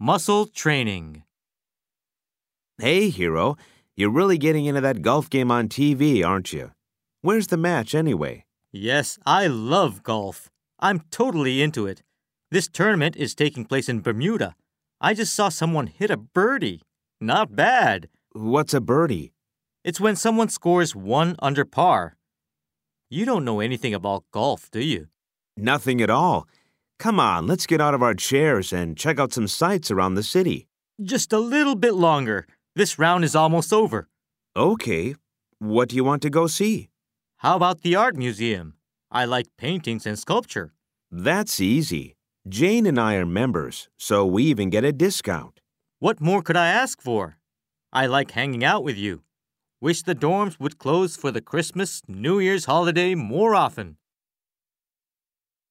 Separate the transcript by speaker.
Speaker 1: Muscle training.
Speaker 2: Hey, hero, you're really getting into that golf game on TV, aren't you? Where's the match anyway?
Speaker 1: Yes, I love golf. I'm totally into it. This tournament is taking place in Bermuda. I just saw someone hit a birdie. Not bad.
Speaker 2: What's a birdie?
Speaker 1: It's when someone scores one under par. You don't know anything about golf, do you?
Speaker 2: Nothing at all. Come on, let's get out of our chairs and check out some sights around the city.
Speaker 1: Just a little bit longer. This round is almost over.
Speaker 2: Okay, what do you want to go see?
Speaker 1: How about the art museum? I like paintings and sculpture.
Speaker 2: That's easy. Jane and I are members, so we even get a discount.
Speaker 1: What more could I ask for? I like hanging out with you. Wish the dorms would close for the Christmas, New Year's holiday more often.